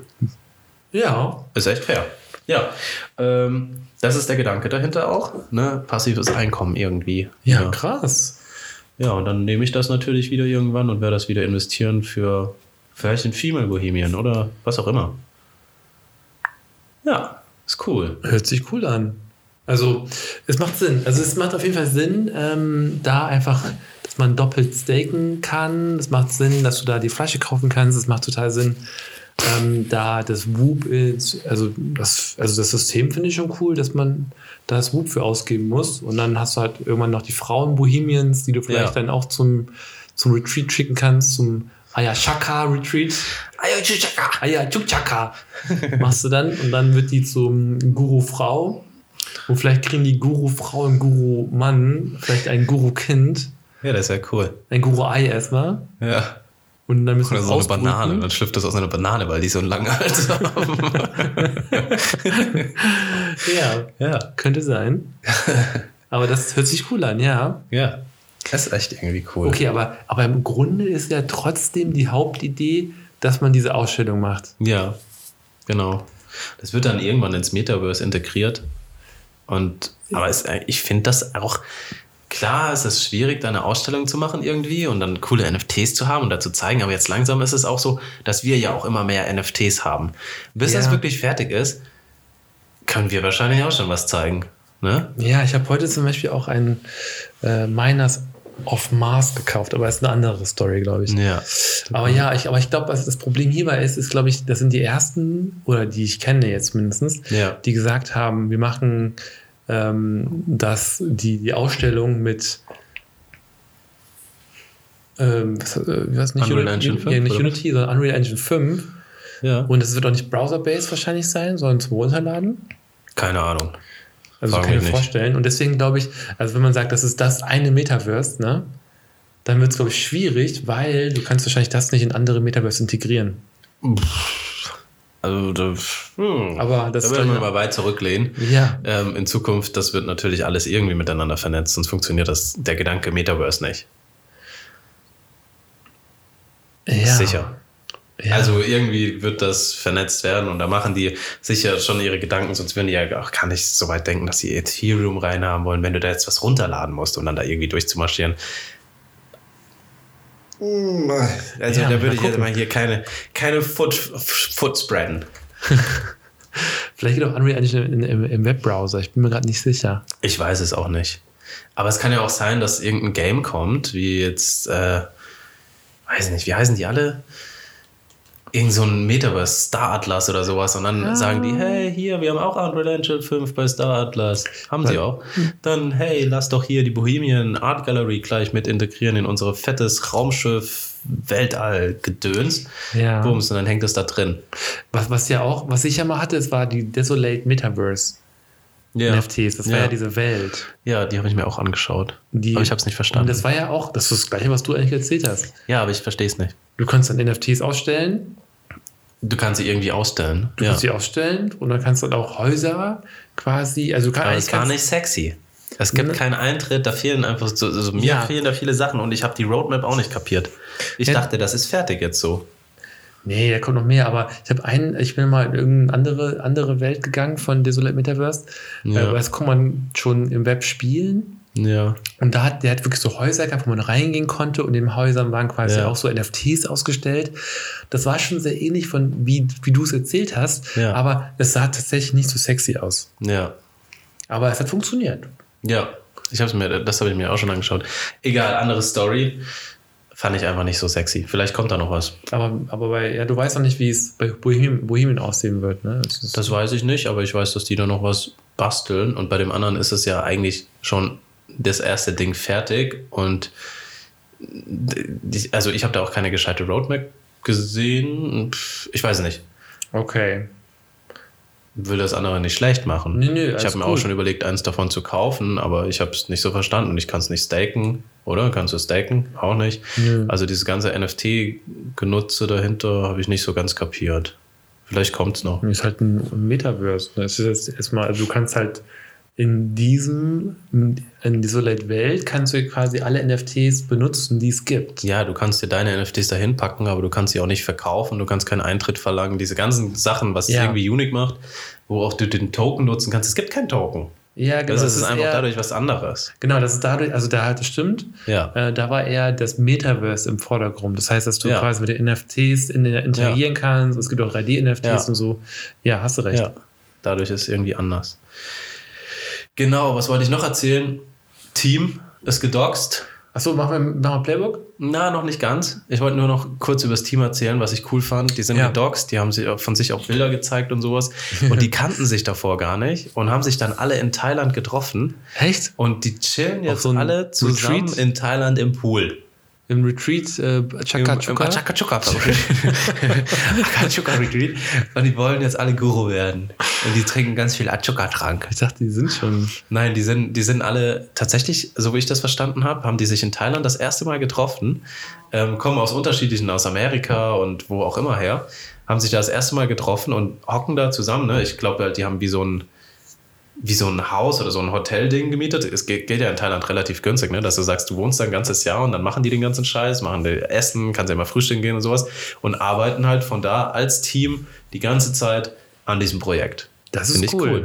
Ja, Ist echt fair. Ja, ähm, das ist der Gedanke dahinter auch. Ne? Passives Einkommen irgendwie. ja, ja. krass. Ja, und dann nehme ich das natürlich wieder irgendwann und werde das wieder investieren für vielleicht in Female Bohemian oder was auch immer. Ja, ist cool. Hört sich cool an. Also, es macht Sinn. Also, es macht auf jeden Fall Sinn, ähm, da einfach, dass man doppelt staken kann. Es macht Sinn, dass du da die Flasche kaufen kannst. Es macht total Sinn, ähm, da das Whoop ist. Also, das, also das System finde ich schon cool, dass man da das Whoop für ausgeben muss. Und dann hast du halt irgendwann noch die Frauen-Bohemians, die du vielleicht Ja. dann auch zum, zum Retreat schicken kannst, zum Ayashaka-Retreat. Ayashaka! Ayashaka! machst du dann und dann wird die zum Guru-Frau. Und vielleicht kriegen die Guru-Frau und Guru-Mann vielleicht ein Guru-Kind, Ja, das ist ja cool. ein Guru-Ei erstmal. Ja. Und dann müssen Oder wir so eine es Banane. Dann ausbrüten. schlüpft das aus einer Banane, weil die so einen (laughs) langen Hals haben. Ja, ja, könnte sein. Aber das hört sich cool an, ja. ja. Das ist echt irgendwie cool. Okay, aber, aber im Grunde ist ja trotzdem die Hauptidee, dass man diese Ausstellung macht. Ja, genau. Das wird dann irgendwann ins Metaverse integriert. Und aber es, ich finde das auch. Klar, es ist schwierig, da eine Ausstellung zu machen irgendwie und dann coole NFTs zu haben und dazu zeigen. Aber jetzt langsam ist es auch so, dass wir ja auch immer mehr NFTs haben. Bis Ja. das wirklich fertig ist, können wir wahrscheinlich auch schon was zeigen. Ne? Ja, ich habe heute zum Beispiel auch ein äh, Miners of Mars gekauft, aber ist eine andere Story, glaube ich. Ja. Aber ja, ich, aber ich glaube, was das Problem hierbei ist, ist, glaube ich, das sind die ersten, oder die ich kenne jetzt mindestens, Ja. die gesagt haben, wir machen ähm, das, die, die Ausstellung mit ähm, was, äh, wie war's? nicht, Unreal Uni- Engine ja, 5, nicht oder? Unity, sondern Unreal Engine 5. ja. Und es wird auch nicht browser-based wahrscheinlich sein, sondern zum Runterladen. Keine Ahnung. Also Fragen kann ich mir wir nicht. vorstellen. Und deswegen glaube ich, also wenn man sagt, das ist das eine Metaverse, ne, dann wird es, glaube ich, schwierig, weil du kannst wahrscheinlich das nicht in andere Metaverse integrieren. Also, da, hm. Aber das da ist werden wir doch- mal weit zurücklehnen. Ja. Ähm, in Zukunft, das wird natürlich alles irgendwie miteinander vernetzt, sonst funktioniert das, der Gedanke Metaverse nicht. ja. Sicher. Ja. Also irgendwie wird das vernetzt werden und da machen die sicher schon ihre Gedanken, sonst würden die ja auch gar nicht so weit denken, dass sie Ethereum reinhaben wollen, wenn du da jetzt was runterladen musst, um dann da irgendwie durchzumarschieren. Also Ja, da mal würde ich jetzt gucken. mal hier keine, keine Foot, Foot spreaden. Vielleicht geht auch Unreal Engine in, im, im Webbrowser. Ich bin mir gerade nicht sicher. Ich weiß es auch nicht. Aber es kann ja auch sein, dass irgendein Game kommt, wie jetzt, äh, weiß nicht, wie heißen die alle? Irgend so ein Metaverse, Star Atlas oder sowas. Und dann sagen die, hey, hier, wir haben auch Unreal Engine 5 bei Star Atlas. Haben sie auch. Dann, hey, lass doch hier die Bohemian Art Gallery gleich mit integrieren in unsere fettes Raumschiff Weltall-Gedöns. Ja. Bums, und dann hängt es da drin. Was, was ja auch, was ich ja mal hatte, es war die Desolate Metaverse Ja, NFTs. Das war Ja. ja diese Welt. ja die habe ich mir auch angeschaut. Die, aber ich habe es nicht Und verstanden. das war ja auch, das ist das Gleiche, was du eigentlich erzählt hast. ja, aber ich verstehe es nicht. Du kannst dann NFTs ausstellen, Du kannst sie irgendwie ausstellen. du kannst sie ausstellen und dann kannst du dann auch Häuser quasi, also du kann, Aber eigentlich es war kannst- nicht sexy. Es gibt Ne. keinen Eintritt, da fehlen einfach so, also mir Ja. fehlen da viele Sachen und ich habe die Roadmap auch nicht kapiert. Ich Ja. dachte, das ist fertig jetzt so. Nee, da kommt noch mehr, aber ich habe einen, ich bin mal in irgendeine andere, andere Welt gegangen von Desolate Metaverse. Ja. Äh, weil das kann man schon im Web spielen. Ja. Und da hat, der hat wirklich so Häuser gehabt, wo man reingehen konnte und in den Häusern waren quasi Ja. auch so NFTs ausgestellt. Das war schon sehr ähnlich von wie, wie du es erzählt hast, Ja. aber es sah tatsächlich nicht so sexy aus. Ja. Aber es hat funktioniert. Ja. Ich hab's mir, das habe ich mir auch schon angeschaut. Egal, andere Story. Fand ich einfach nicht so sexy. Vielleicht kommt da noch was. Aber, aber bei, ja, du weißt noch nicht, wie es bei Bohem, Bohemian aussehen wird. Ne? Es ist- Das weiß ich nicht, aber ich weiß, dass die da noch was basteln. Und bei dem anderen ist es ja eigentlich schon das erste Ding fertig. Und die- also ich habe da auch keine gescheite Roadmap gesehen. Pff, Ich weiß nicht. okay. will das andere nicht schlecht machen. Nö, nö, ich alles habe mir gut. auch schon überlegt, eins davon zu kaufen, aber ich habe es nicht so verstanden. Ich kann es nicht staken, oder? Kannst du staken? Auch nicht. Nö. Also dieses ganze NFT-Genutze dahinter habe ich nicht so ganz kapiert. Vielleicht kommt es noch. Ist halt ein Metaverse. ne? Das ist jetzt erstmal, also du kannst halt in diesem, in dieser Welt kannst du quasi alle NFTs benutzen, die es gibt. Ja, du kannst dir deine NFTs dahin packen, aber du kannst sie auch nicht verkaufen, du kannst keinen Eintritt verlangen. Diese ganzen Sachen, was es Ja. irgendwie unique macht, wo auch du den Token nutzen kannst. Es gibt keinen Token. Ja, Das ist, Genau, es einfach eher- dadurch was anderes. Genau, das ist dadurch, also da hat es stimmt. Ja. Äh, da war eher das Metaverse im Vordergrund. Das heißt, dass du Ja. quasi mit den NFTs in, interagieren kannst. Es gibt auch 3D-NFTs Ja. und so. Ja, hast du recht. Ja, dadurch ist irgendwie anders. Genau, was wollte ich noch erzählen? Team ist gedoxt. Achso, machen wir, machen wir Playbook? Na, noch nicht ganz. Ich wollte nur noch kurz über das Team erzählen, was ich cool fand. Die sind Ja. gedoxt, die haben sich auch- von sich auch Bilder gezeigt (laughs) und sowas. Und die kannten sich davor gar nicht und haben sich dann alle in Thailand getroffen. Echt? Und die chillen Auf jetzt so einem alle zusammen Retreat? in Thailand im Pool. Im Retreat äh, Im- Chaka im Chuka? Achacachuca (laughs) Achacachuca Retreat. Und die wollen jetzt alle Guru werden. Und die trinken ganz viel Achuka-Trank. Ich dachte, die sind schon. Nein, die sind, die sind alle tatsächlich, so wie ich das verstanden habe, haben die sich in Thailand das erste Mal getroffen, ähm, kommen aus unterschiedlichen, aus Amerika und wo auch immer her, haben sich da das erste Mal getroffen und hocken da zusammen. Ne? Ich glaube, halt, die haben wie so ein wie so ein Haus oder so ein Hotel-Ding gemietet. Es geht, geht ja in Thailand relativ günstig, ne? dass du sagst, du wohnst da ein ganzes Jahr und dann machen die den ganzen Scheiß, machen die Essen, kannst ja immer frühstücken gehen und sowas und arbeiten halt von da als Team die ganze Zeit an diesem Projekt. Das Finde ist ich cool.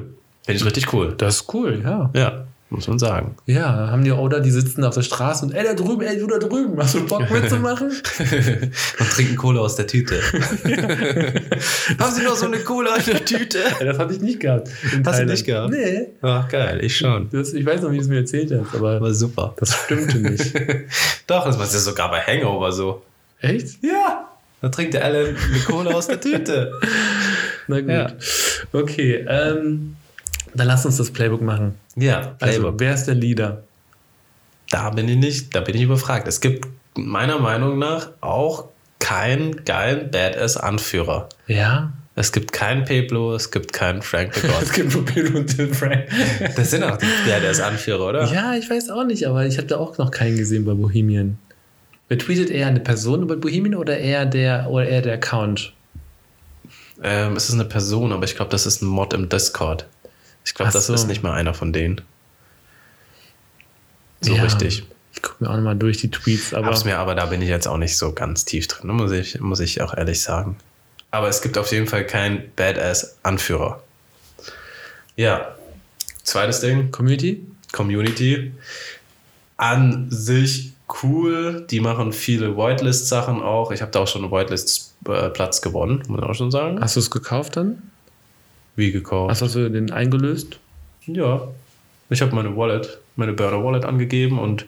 Finde ich richtig cool. Das ist cool, ja. Ja, muss man sagen. Ja, haben die oder die sitzen auf der Straße und ey, da drüben, ey, du da drüben, hast du Bock (laughs) mitzumachen? (laughs) Und trinken Cola aus der (laughs) Tüte. Haben Sie noch so eine Cola in der Tüte? Ey, das hatte ich nicht gehabt. in Hast du Thailand. nicht gehabt? Nee. Ach, geil, ich schon. Das, ich weiß noch, wie du es mir erzählt hast, aber War super. das stimmte nicht. Doch, das war ja sogar bei Hangover so. (laughs) Echt? Ja. Da trinkt der Alan eine Cola aus der Tüte. Na gut. Ja. Okay, ähm, dann lass uns das Playbook machen. Ja, Also, Playbook. wer ist der Leader? da bin ich nicht, da bin ich überfragt. Es gibt meiner Meinung nach auch keinen geilen Badass-Anführer. Ja. Es gibt keinen Pablo, es gibt keinen Frank the God. Es gibt nur Pedro und Tim Frank. (laughs) Das sind auch die Badass-Anführer, oder? Ja, ich weiß auch nicht, aber ich habe da auch noch keinen gesehen bei Bohemian. Wer tweetet eher eine Person über Bohemian oder eher der oder eher der Account? Ähm, es ist eine Person, aber ich glaube, das ist ein Mod im Discord. Ich glaube, Ach das so. ist nicht mal einer von denen. So Ja. richtig. Ich gucke mir auch nochmal durch die Tweets, aber Hab's mir, aber da bin ich jetzt auch nicht so ganz tief drin, ne, muss ich, muss ich auch ehrlich sagen. Aber es gibt auf jeden Fall keinen Badass-Anführer. Ja. Zweites Ding, Community? Community. An sich cool. Die machen viele Whitelist-Sachen auch. Ich habe da auch schon einen Whitelist-Platz gewonnen, muss man auch schon sagen. Hast du es gekauft dann? Wie gekauft. Hast du den eingelöst? Ja, ich habe meine Wallet, meine Burner Wallet angegeben und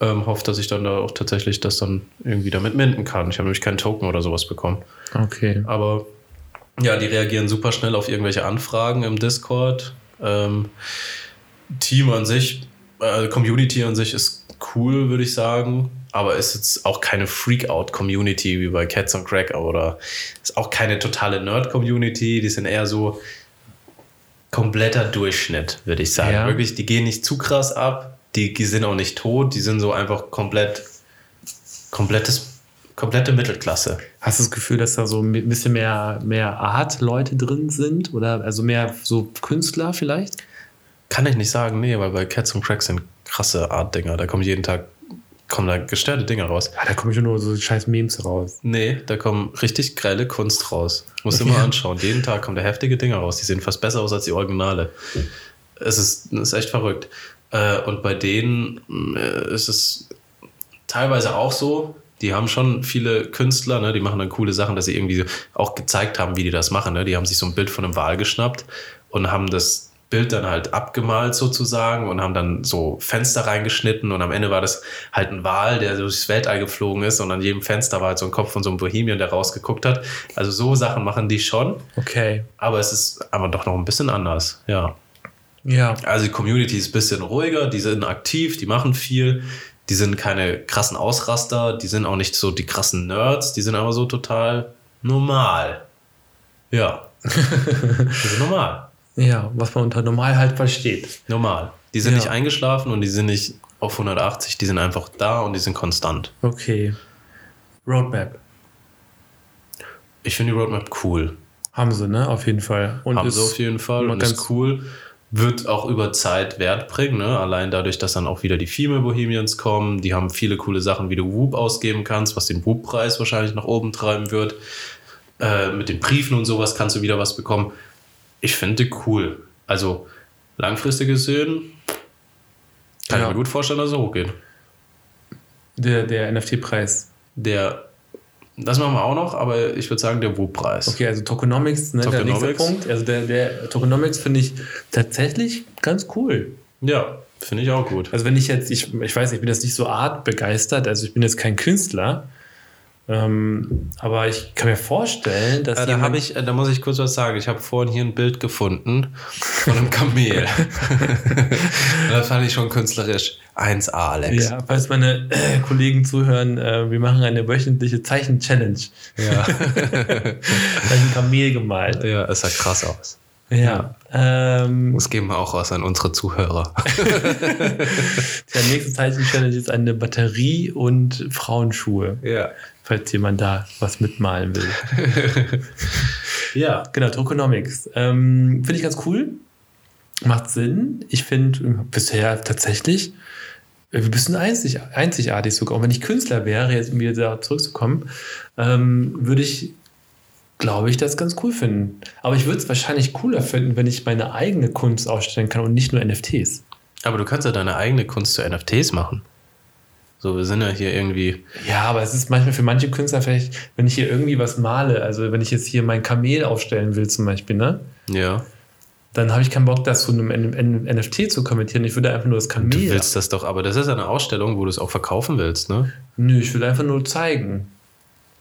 ähm, hoffe, dass ich dann da auch tatsächlich das dann irgendwie damit minden kann. Ich habe nämlich keinen Token oder sowas bekommen. Okay. Aber ja, die reagieren super schnell auf irgendwelche Anfragen im Discord. Ähm, Team an sich, äh, Community an sich ist cool, würde ich sagen. Aber ist jetzt auch keine Freakout-Community wie bei Cats on Crack oder ist auch keine totale Nerd-Community. Die sind eher so kompletter Durchschnitt, würde ich sagen. Ja. Wirklich, die gehen nicht zu krass ab, die, die sind auch nicht tot, die sind so einfach komplett, komplettes, komplette Mittelklasse. Hast du das Gefühl, dass da so ein bisschen mehr, mehr Art-Leute drin sind? Oder also mehr so Künstler vielleicht? Kann ich nicht sagen, nee, weil bei Cats und Cracks sind krasse Art-Dinger. Da kommen jeden Tag kommen da gestörte Dinge raus. Ah, da komme ich nur so scheiß Memes raus. Nee, da kommen richtig grelle Kunst raus. Musst du mal anschauen. Jeden Tag kommen da heftige Dinge raus. Die sehen fast besser aus als die Originale. Es ist, es ist echt verrückt. Äh, und bei denen mh, äh, ist es teilweise auch so, die haben schon viele Künstler, ne, die machen dann coole Sachen, dass sie irgendwie so auch gezeigt haben, wie die das machen. Ne? Die haben sich so ein Bild von einem Wal geschnappt und haben das Bild dann halt abgemalt sozusagen und haben dann so Fenster reingeschnitten und am Ende war das halt ein Wal, der so durchs Weltall geflogen ist und an jedem Fenster war halt so ein Kopf von so einem Bohemian, der rausgeguckt hat. Also so Sachen machen die schon, Okay. aber es ist aber doch noch ein bisschen anders, ja. Ja. Also die Community ist ein bisschen ruhiger, die sind aktiv, die machen viel, die sind keine krassen Ausraster, die sind auch nicht so die krassen Nerds, die sind aber so total normal. (laughs) Ja. die sind normal. Ja, was man unter normal halt versteht. Normal. Die sind Ja. nicht eingeschlafen und die sind nicht auf 180, die sind einfach da und die sind konstant. Okay. Roadmap. Ich finde die Roadmap cool. Haben sie, ne? Auf jeden Fall. Und Haben ist- sie auf jeden Fall mal und ganz ist cool. wird auch über Zeit Wert bringen. Ne? Allein dadurch, dass dann auch wieder die Female Bohemians kommen. Die haben viele coole Sachen, wie du Whoop ausgeben kannst, was den Whoop-Preis wahrscheinlich nach oben treiben wird. Äh, mit den Briefen und sowas kannst du wieder was bekommen. Ich finde cool. Also langfristig gesehen kann Ja. ich mir gut vorstellen, dass es hochgeht. Der, der NFT-Preis. Der, das machen wir auch noch, aber ich würde sagen, der Whoop-Preis. Okay, also Tokenomics, ne, der nächste Tokenomics. Punkt. Also der, der Tokenomics finde ich tatsächlich ganz cool. Ja, finde ich auch gut. Also wenn ich jetzt, ich, ich weiß, ich bin jetzt nicht so artbegeistert, also ich bin jetzt kein Künstler, ähm, aber ich kann mir vorstellen, dass Äh, da, jemand- hab ich, äh, da muss ich kurz was sagen. Ich habe vorhin hier ein Bild gefunden von (laughs) einem Kamel. das fand ich schon künstlerisch. 1A, Alex. ja, falls meine äh, Kollegen zuhören, äh, wir machen eine wöchentliche Zeichen-Challenge. Ja. Da hab ich ein Kamel gemalt. ja, es sah krass aus. Ja. Ähm, Das geben wir auch raus an unsere Zuhörer. der nächste Zeichen-Challenge ist eine Batterie und Frauenschuhe, Ja. falls jemand da was mitmalen will. Ja. Genau, Tokenomics. Ähm, finde ich ganz cool. Macht Sinn. Ich finde äh, bisher tatsächlich, äh, wir müssen einzig, einzigartig sogar. Und wenn ich Künstler wäre, jetzt um wieder da zurückzukommen, ähm, würde ich, glaube ich, das ganz cool finden. Aber ich würde es wahrscheinlich cooler finden, wenn ich meine eigene Kunst ausstellen kann und nicht nur NFTs. Aber du kannst ja deine eigene Kunst zu NFTs machen. So, wir sind ja hier irgendwie. Ja, aber es ist manchmal für manche Künstler vielleicht, wenn ich hier irgendwie was male, also wenn ich jetzt hier mein Kamel aufstellen will zum Beispiel, ne? Ja. dann habe ich keinen Bock, das zu einem N N NFT zu kommentieren. Ich würde einfach nur das Du Kamel. willst das doch, aber das ist ja eine Ausstellung, wo du es auch verkaufen willst, ne? Nö, ich will einfach nur zeigen.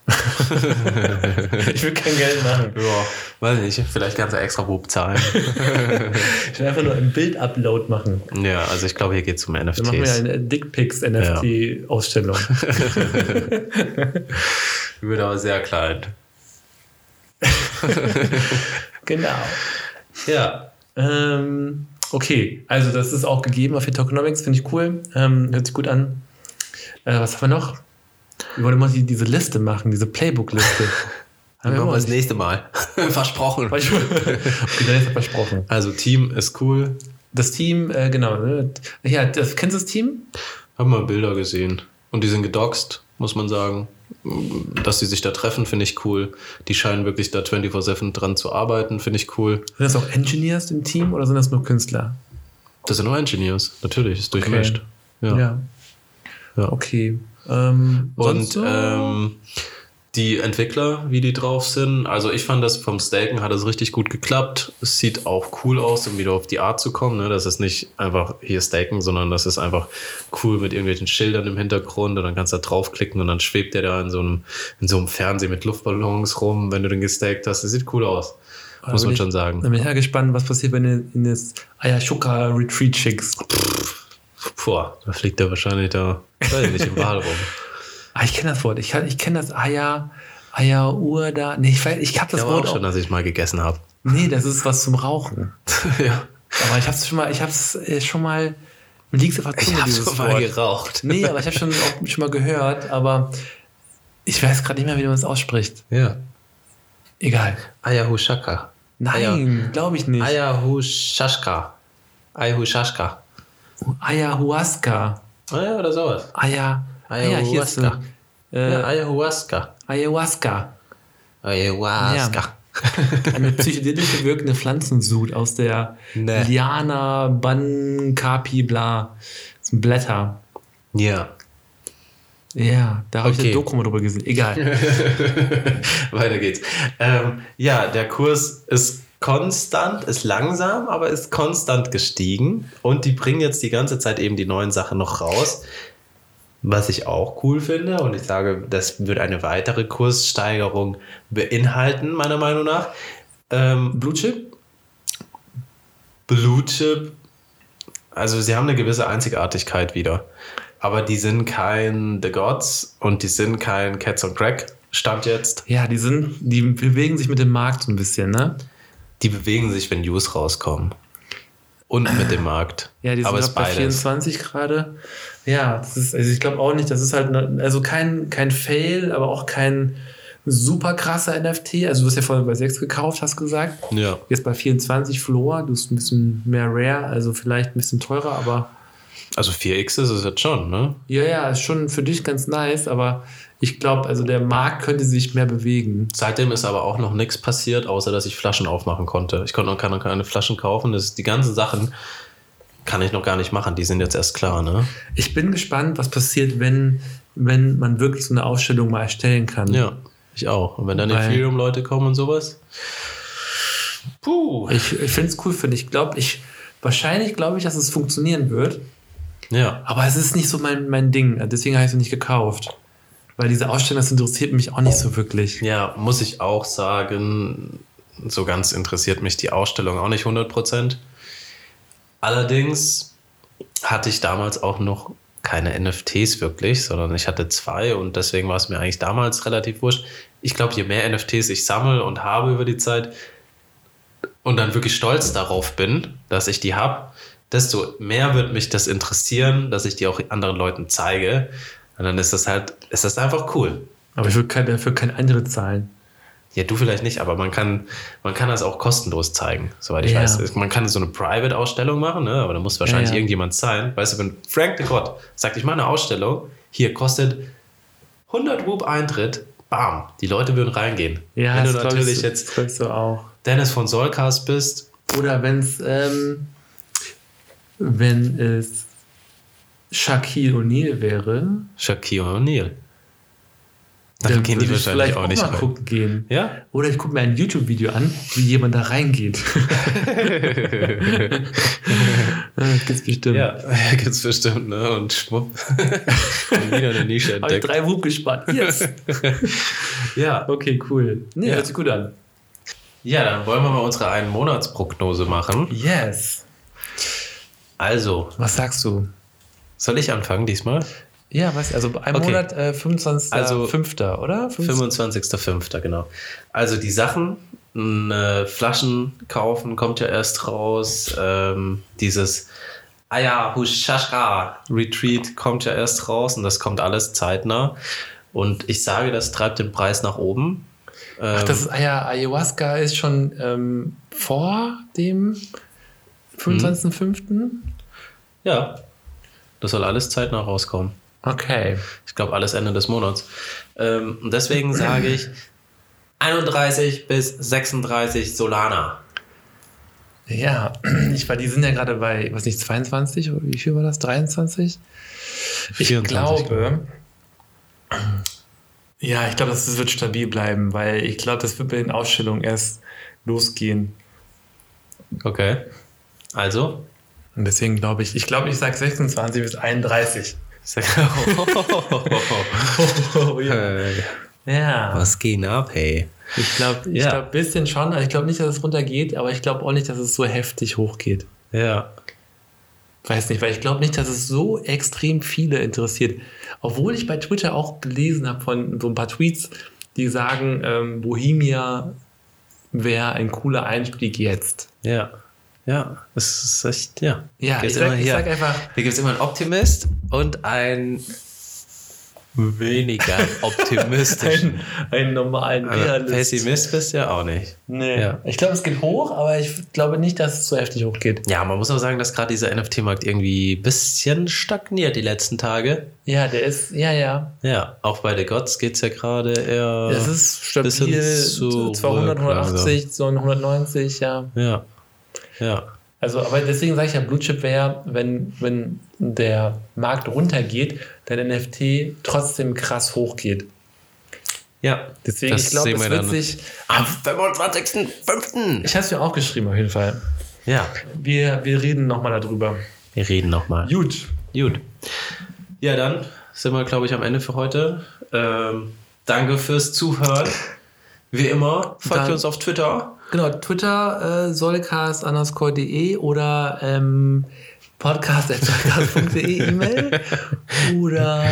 (laughs) ich will kein Geld machen. Ja. Weiß nicht, vielleicht kannst du extra (laughs) Wub zahlen. Ich will einfach nur ein Bild-Upload machen. ja, also ich glaube, hier geht es um NFTs. Dann machen wir eine Dickpics-NFT-Ausstellung. Wird aber sehr klein. genau. Ja. Ähm, okay, also das ist auch gegeben auf die Tokenomics, finde ich cool. Ähm, hört sich gut an. Äh, was haben wir noch? Wir wollen immer die, diese Liste machen, diese (laughs) Playbook-Liste. haben wir immer nicht. nächste Mal. (laughs) Versprochen. (laughs) Okay, dann ist er versprochen. Also Team ist cool. Das Team, äh, genau. ne? Ja, das, kennst du das Team? Haben wir Bilder gesehen. Und die sind gedoxt, muss man sagen. Dass die sich da treffen, finde ich cool. Die scheinen wirklich da 24-7 dran zu arbeiten, finde ich cool. Sind das auch Engineers im Team oder sind das nur Künstler? Das sind nur Engineers. Natürlich, ist durchmischt. Ja. Ja. Okay. Ähm, sonst Und so? ähm, die Entwickler, wie die drauf sind. Also ich fand das vom Staken hat es richtig gut geklappt. Es sieht auch cool aus, um wieder auf die Art zu kommen. Ne? Das ist nicht einfach hier staken, sondern das ist einfach cool mit irgendwelchen Schildern im Hintergrund und dann kannst du da draufklicken und dann schwebt der da in so einem, in so einem Fernsehen mit Luftballons rum, wenn du den gestaked hast. Das sieht cool aus. Da muss bin man ich- schon sagen. Dann bin ich ja gespannt, was passiert, wenn ihr in das Ayashoka Retreat schickst. Puh, da fliegt der wahrscheinlich da, weiß ich nicht, im Wahl rum. Ah, ich kenne das Wort. Ich, kann- ich kenne das Aya, Aya Urda. Nee, ich, weiß- ich habe (laughs) das Ich glaube Wort auch schon, ne? dass ich mal gegessen habe. Nee, das ist was zum Rauchen. (laughs) ja. Aber ich habe es schon mal, ich habe es schon mal, mir liegt es auf der Zunge, Ich habe dieses schon mal Wort. geraucht. (laughs) Nee, aber ich habe schon, auch schon mal gehört, aber ich weiß gerade nicht mehr, wie man es ausspricht. Ja. Egal. Ayahushaka. Nein, glaube ich nicht. Ayahushashka. Ayahushashka. Ayahuasca. Ah ja, oder sowas. Aya, Aya, hier ist Ayahuasca. äh, Ja, Ayahuasca. Ayahuasca. Ayahuasca. Eine psychedelisch wirkende Pflanzensud aus der Nee. Liana Bancapi bla. Das sind Blätter. Ja. Ja, da habe ich Okay. eine Doku mal drüber gesehen. (laughs) Egal. (laughs) Weiter geht's. Ähm, ja, der Kurs ist konstant, ist langsam, aber ist konstant gestiegen. Und die bringen jetzt die ganze Zeit eben die neuen Sachen noch raus. Was ich auch cool finde, und ich sage, das wird eine weitere Kurssteigerung beinhalten, meiner Meinung nach. Ähm, Blue Chip? Blue Chip, also sie haben eine gewisse Einzigartigkeit wieder. Aber die sind kein The Gods und die sind kein Cats on Crack, stand jetzt. Ja, die sind, die bewegen sich mit dem Markt so ein bisschen, ne? Die bewegen sich, wenn News rauskommen. Und mit dem Markt. Ja, die sind Aber es gerade ist bei beides. 24 gerade. Ja, das ist, also ich glaube auch nicht, das ist halt, ne- also kein, kein Fail, aber auch kein super krasser NFT. Also du hast ja vorhin bei 6 gekauft, hast gesagt. Ja. Jetzt bei 24 Floor, du bist ein bisschen mehr Rare, also vielleicht ein bisschen teurer, aber Also 4X ist es jetzt schon, ne? ja, ja, ist schon für dich ganz nice, aber ich glaube, also der Markt könnte sich mehr bewegen. Seitdem ist aber auch noch nichts passiert, außer dass ich Flaschen aufmachen konnte. Ich konnte noch keine, keine Flaschen kaufen. Das, die ganzen Sachen kann ich noch gar nicht machen. Die sind jetzt erst klar, ne? Ich bin gespannt, was passiert, wenn, wenn man wirklich so eine Ausstellung mal erstellen kann. Ja, ich auch. Und wenn dann Mhm. Weil- Ethereum-Leute kommen und sowas. Puh. Ich, ich finde es cool, finde ich. Glaub ich wahrscheinlich glaube ich, dass es funktionieren wird, Ja. aber es ist nicht so mein, mein Ding. Deswegen habe ich es nicht gekauft. Weil diese Ausstellung, das interessiert mich auch nicht so wirklich. Ja, muss ich auch sagen, so ganz interessiert mich die Ausstellung auch nicht 100%. Allerdings hatte ich damals auch noch keine NFTs wirklich, sondern ich hatte zwei und deswegen war es mir eigentlich damals relativ wurscht. Ich glaube, je mehr NFTs ich sammle und habe über die Zeit und dann wirklich stolz darauf bin, dass ich die habe, desto mehr wird mich das interessieren, dass ich die auch anderen Leuten zeige. Und dann ist das halt, ist das einfach cool. Aber ich würde kein, dafür kein Eintritt zahlen. Ja, du vielleicht nicht, aber man kann, man kann das auch kostenlos zeigen, soweit ich Ja. weiß. Man kann so eine Private-Ausstellung machen, ne? aber da muss wahrscheinlich Ja, ja. irgendjemand sein. Weißt du, wenn Frank de Gott sagt, ich mache eine Ausstellung, hier kostet 100 Rub Eintritt, bam, die Leute würden reingehen. wenn du das glaub ich natürlich so, jetzt das glaub ich so auch. Dennis von Solkas bist, Oder wenn es, ähm, wenn es Shaquille O'Neal wäre, Shaquille O'Neal. Dann dann gehen würde die ich wahrscheinlich vielleicht auch auch nicht mal rein. gucken gehen. (laughs) Ja? Oder ich gucke mir ein YouTube-Video an, wie jemand da reingeht. das gibt's bestimmt. (laughs) ja, (laughs) gibt's bestimmt, ne? (laughs) Und schwupp. Und wieder eine Nische Habe ich entdeckt. drei Wub gespart. (laughs) Yes. Ja, Okay, cool. Nee, Ja. hört sich gut an. Ja, dann wollen wir mal unsere einen Monatsprognose machen. Yes. Also, Was sagst du? soll ich anfangen diesmal? Ja, was? Also ein Okay. Monat äh, 25. Also- Fünfter, oder? 25.05. genau. Also die Sachen, n, äh, Flaschen kaufen kommt ja erst raus. Ähm, dieses Aya Hushashka Retreat kommt ja erst raus und das kommt alles zeitnah. Und ich sage, das treibt den Preis nach oben. Ähm, Ach, das ist, ah ja, Ayahuasca ist schon ähm, vor dem 25.05. ja, das soll alles zeitnah rauskommen. Okay. Ich glaube, alles Ende des Monats. Ähm, und deswegen sage ich 31 bis 36 Solana. Ja, (clears throat) ich war, die sind ja gerade bei, was nicht, 22 oder wie viel war das? 23? Ich 24, glaube. (clears throat) Ja, ich glaube, das das wird stabil bleiben, weil ich glaube, das wird bei den Ausstellungen erst losgehen. Okay. Also? Und deswegen glaube ich, ich glaube, ich sage 26 bis (laughs) 31. Äh, Ja, (laughs) Was geht ab, hey? ich glaube, ich Ja. glaube ein bisschen schon. Also ich glaube nicht, dass es runtergeht, aber ich glaube auch nicht, dass es so heftig hochgeht. Ja. Weiß nicht, weil ich glaube nicht, dass es so extrem viele interessiert. Obwohl ich bei Twitter auch gelesen habe von so ein paar Tweets, die sagen, ähm, Bohemia wäre ein cooler Einstieg jetzt. Ja. Ja. Es ist echt, ja. Ja, Geht's ich sag, immer ich hier. sag einfach, Hier gibt es immer einen Optimist und einen (laughs) weniger optimistischen. einen, einen normalen Aber Realist. Pessimist bist du ja auch nicht. Nee. Ja. Ich glaube, es geht hoch, aber ich glaube nicht, dass es so heftig hochgeht. Ja, man muss auch sagen, dass gerade dieser NFT-Markt irgendwie ein bisschen stagniert die letzten Tage. Ja, der ist, ja, ja. Ja, auch bei The Gods geht es ja gerade eher. Es ist stabil, bisschen zurück 200, 180, so 190, ja. ja. Ja. Also, aber deswegen sage ich ja, Blue Chip wäre, wenn, wenn der Markt runtergeht, dann NFT trotzdem krass hochgeht. Ja. Deswegen, Das ich glaube, sehen es wir wird dann. sich. Am 25.05. Ich habe es mir auch geschrieben, auf jeden Fall. Ja, Wir, wir reden nochmal darüber. wir reden nochmal. Gut. Gut. Ja, dann sind wir, glaube ich, am Ende für heute. Ähm, danke fürs Zuhören. Wie immer, folgt Dann- uns auf Twitter. Genau, Twitter äh, solcast underscore de oder ähm, (laughs) podcast.solcast.de E-Mail oder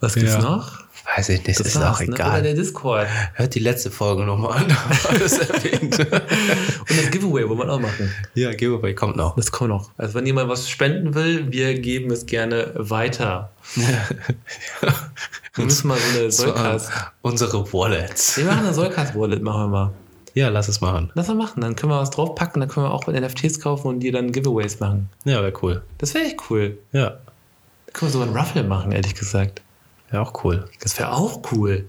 was gibt's Ja. noch? Weiß ich nicht, Das ist auch war's, ne? Oder egal. der Discord. Hört die letzte Folge nochmal an, (laughs) da war das erwähnt. Und das Giveaway wollen wir auch machen. ja, Giveaway kommt noch. Das kommt noch. Also wenn jemand was spenden will, wir geben es gerne weiter. Wir müssen mal (laughs) so eine Das waren Solcast. äh, unsere Wallets. Wir machen eine Solcast-Wallet, machen wir mal. Ja, lass es machen. Lass mal machen, dann können wir was draufpacken, dann können wir auch mit NFTs kaufen und die dann Giveaways machen. Ja, wäre cool. Das wäre echt cool. Ja, Da können wir sogar einen Ruffle machen, ehrlich gesagt. wäre auch cool. Das wäre auch cool.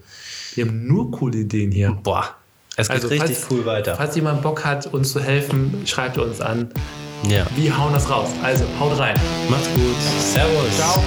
Wir haben nur coole Ideen hier. Boah, es geht Also, falls- richtig cool weiter. Falls jemand Bock hat, uns zu helfen, schreibt uns an. ja, Wir hauen das raus. Also, haut rein. macht's gut. Servus. Ciao.